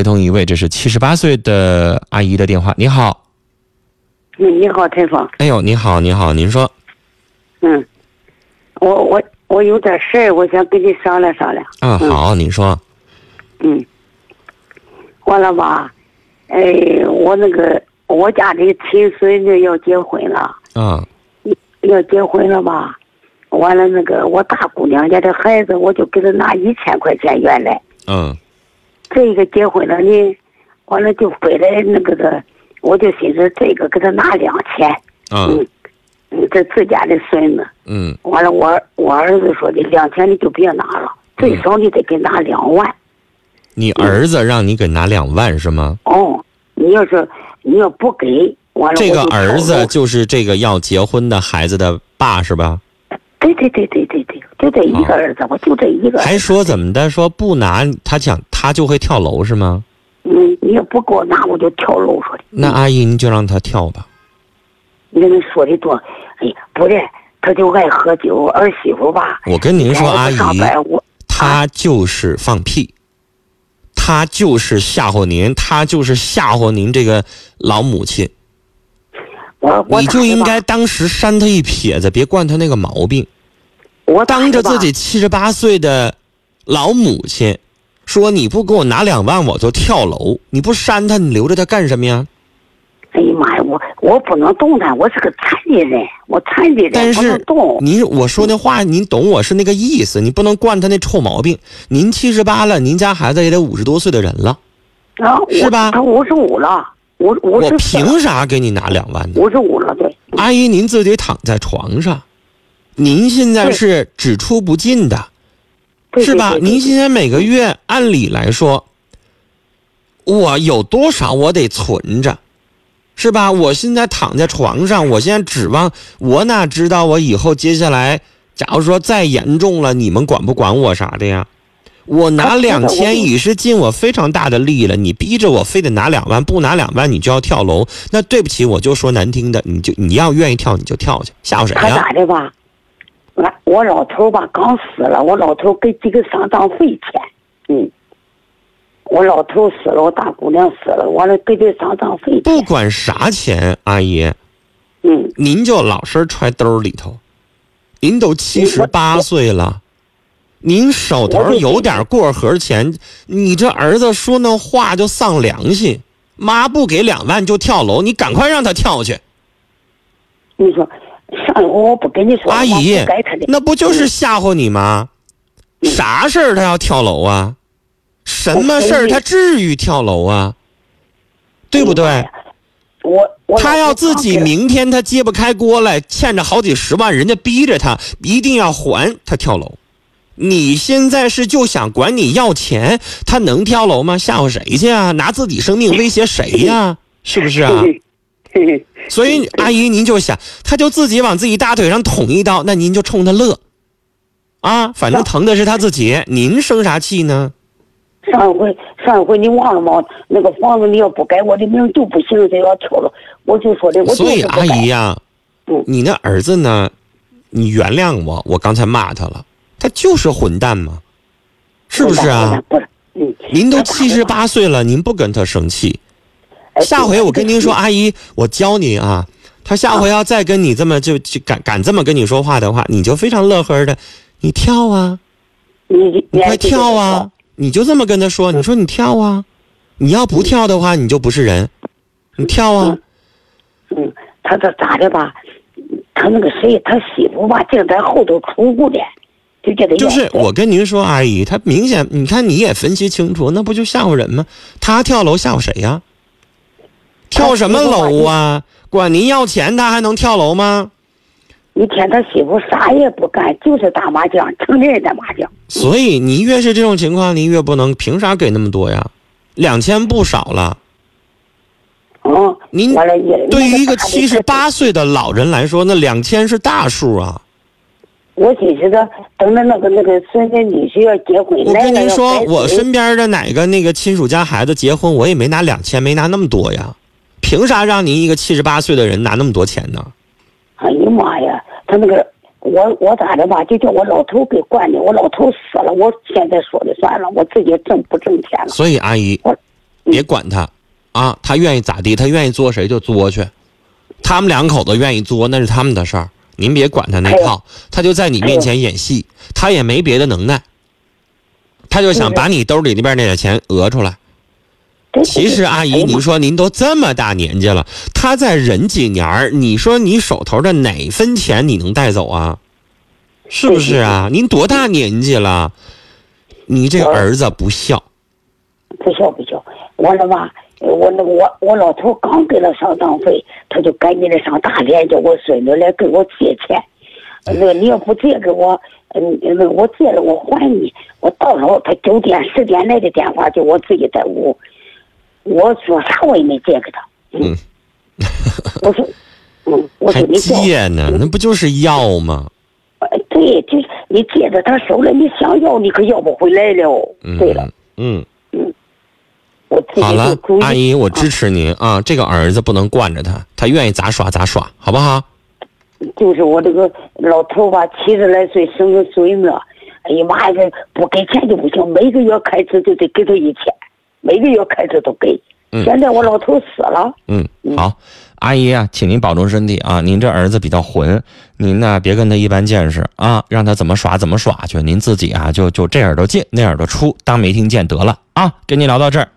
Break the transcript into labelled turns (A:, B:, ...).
A: 接通一位，这是七十八岁的阿姨的电话。你好，
B: 嗯，你好，台风。
A: 哎呦，你好，你好，您说
B: 嗯，我我我有点事儿，我想跟你商量商量。
A: 啊，好，您说，
B: 嗯，完了吧？哎，我那个我家的亲孙女要结婚了，
A: 啊，
B: 要结婚了吧？完了，那个我大姑娘家的孩子，我就给她拿一千块钱原来。
A: 嗯，
B: 这个结婚了呢，完了就回来那个的，我就寻思这个给他拿两千，
A: 嗯，
B: 嗯，这自家的孙子。
A: 嗯，
B: 完了我儿我儿子说的两千你就别拿了，最
A: 嗯
B: 少你得给拿两万。
A: 你儿子让你给拿两万是吗？
B: 哦，你要是你要不给，完了
A: 这个
B: 哎我就
A: 儿
B: 跑
A: 子
B: 路
A: 就是这个要结婚的孩子的爸是吧？
B: 对对对对对对，就这一个儿子，我就这一个。
A: 哦还说怎么的？说不拿他讲他就会跳楼是吗？
B: 嗯，你要不给我拿，我就跳楼说的。
A: 那阿姨您就让他跳吧。
B: 你看他说的多，哎呀，不对，他就爱喝酒，儿媳妇吧。
A: 我跟您说，
B: 哎
A: 阿
B: 不上
A: 姨，
B: 班我
A: 他就是放屁，他就是吓唬您，他就是吓唬您这个老母亲。
B: 我我
A: 你
B: 咋
A: 就
B: 的
A: 应
B: 吧
A: 该当时扇他一撇子，别惯他那个毛病。
B: 我咋
A: 当着
B: 的吧
A: 自己七十八岁的老母亲说：“你不给我拿两万，我就跳楼。你不扇他，你留着他干什么呀？”
B: 哎呀妈呀，我我不能动弹，我是个残疾人，我残疾人
A: 但
B: 不能
A: 是
B: 动。
A: 您我说那话，您懂我是那个意思，你不能惯他那臭毛病。您七十八了，您家孩子也得五十多岁的人了，
B: 啊，
A: 是
B: 我
A: 吧
B: 他五十五了，我我
A: 我
B: 是
A: 凭啊啥给你拿两万呢？
B: 五十五了，对，
A: 阿姨，您自己躺在床上，您现在
B: 对
A: 是只出不进的，
B: 对
A: 是吧？
B: 对对对
A: 您现在每个月按理来说，我有多少我得存着，是吧？我现在躺在床上，我现在指望我哪知道我以后接下来，假如说再严重了，你们管不管我啥的呀？我拿
B: 啊是的
A: 两
B: 我
A: 千已是尽我非常大的力了，你逼着我非得拿两万，不拿两万你就要跳楼，那对不起，我就说难听的，你就你要愿意跳你就跳去，吓唬谁
B: 他
A: 哎呀？
B: 咋的吧？俺我老头吧刚死了，我老头给几个丧葬费钱，嗯，我老头死了，我大姑娘死了，完了给这丧葬费
A: 不
B: 钱，
A: 管啥钱，阿姨，
B: 嗯，
A: 您就老实揣兜里头。您都七十八岁了，您手头有点过河钱，你这儿子说那话就丧良心。妈不给两万就跳楼，你赶快让他跳去。
B: 你说上回我不跟你说了
A: 阿
B: 吗，
A: 姨
B: 不该他的，
A: 那不就是吓唬你吗？啥事儿他要跳楼啊？什么事儿他至于跳楼啊？对不
B: 啊
A: 对？
B: 哎我我
A: 他
B: 老
A: 要
B: 头
A: 自己
B: 刚给
A: 明天他揭不开锅来，欠着好几十万，人家逼着他一定要还，他跳楼。你现在是就想管你要钱，他能跳楼吗？吓唬谁去啊？拿自己生命威胁谁呀、 是不是啊？
B: 嘿嘿
A: 所以阿姨您就想，他就自己往自己大腿上捅一刀，那您就冲他乐，啊，反正疼的是他自己，您生啥气呢？
B: 上回上回你忘了吗？那个房子你要不改我的名就不行，这要跳了。我就说的，我就
A: 所以
B: 是不
A: 阿
B: 改。
A: 姨呀、
B: 嗯
A: 你那儿子呢？你原谅我，我刚才骂他了，他就是混蛋嘛，是不是啊？？
B: 不是，嗯。
A: 您都
B: 他打
A: 七十八岁了，您不跟他生气，
B: 哎
A: 下回我跟您说，，阿姨，我教你啊。他下回要再跟你这么
B: 啊
A: 就就敢敢这么跟你说话的话，你就非常乐呵的，你跳啊，
B: 你
A: 你快跳啊！！你就这么跟他说，你说你跳啊，你要不跳的话，你就不是人，你跳啊。
B: 嗯，他这咋的吧？他那个谁，他媳妇吧，净在后头出顾的，就觉得
A: 就是我跟您说，阿姨，他明显，你看你也分析清楚，那不就吓唬人吗？他跳楼吓唬谁呀、跳什么楼啊？管您要钱，他还能跳楼吗？
B: 一天他媳妇啥也不干，就是打麻将，成天也打麻将。
A: 所以你越是这种情况，你越不能，凭啥给那么多呀？两千不少了。
B: 嗯，
A: 您
B: 完了也
A: 对于一
B: 那
A: 个
B: 大的
A: 七十八岁的老人来说，那两千是大数啊。
B: 我寻思着，等着那个那个孙子女婿要结婚，
A: 我跟
B: 那个
A: 您
B: 要
A: 说，
B: 白
A: 我
B: 娶
A: 身边的哪个那个亲属家孩子结婚，我也没拿两千，没拿那么多呀。凭啥让您一个七十八岁的人拿那么多钱呢？
B: 哎呀妈呀，他那个我我咋的吧，就叫我老头给惯的，我老头死了，我现在说的算了，我自己挣不挣钱了，
A: 所以阿姨
B: 我，
A: 别管他啊，他愿意咋地，他愿意作谁就作去，他们两口子愿意作那是他们的事儿，您别管他那套，他就在你面前演戏，他也没别的能耐，他就想把你兜里那边那点钱讹出来。
B: 对
A: 其实阿
B: 哎
A: 姨，您，说您都这么大年纪了，他再忍几年儿，你说你手头的哪分钱你能带走啊？是不是啊？您多大年纪了？你这儿子不孝，
B: 不孝不孝，完了吧，我那我我老头刚给了丧葬费，他就赶紧的上大连叫我孙子来给我借钱，
A: 哎
B: 那个你要不借给我，嗯，那个我借了我还你，我到时候他九点十点来的电话就我自己在屋，我说啥我也没借给他，嗯， 我说，嗯，我
A: 还
B: 说你借我
A: 借呢？那不就是要吗？
B: 哎，对，就是你借到他手了，你想要你可要不回来了。
A: 嗯，
B: 对了，
A: 嗯，
B: 我自己
A: 好
B: 就
A: 了
B: 注，意。
A: 阿姨，我支持您啊！这个儿子不能惯着他，他愿意咋耍咋耍，好不好？
B: 就是我这个老头吧，七十来岁，生个孙子，哎呀妈呀，这不给钱就不行，每个月开支就得给他一千，每个月开支都给。
A: 嗯
B: 现在我老头死了，
A: 嗯，
B: 嗯
A: 好，阿姨啊，请您保重身体啊。您这儿子比较混，您呢别跟他一般见识啊，让他怎么耍怎么耍去。您自己啊，就就这耳朵进那耳朵出，当没听见得了啊。跟您聊到这儿。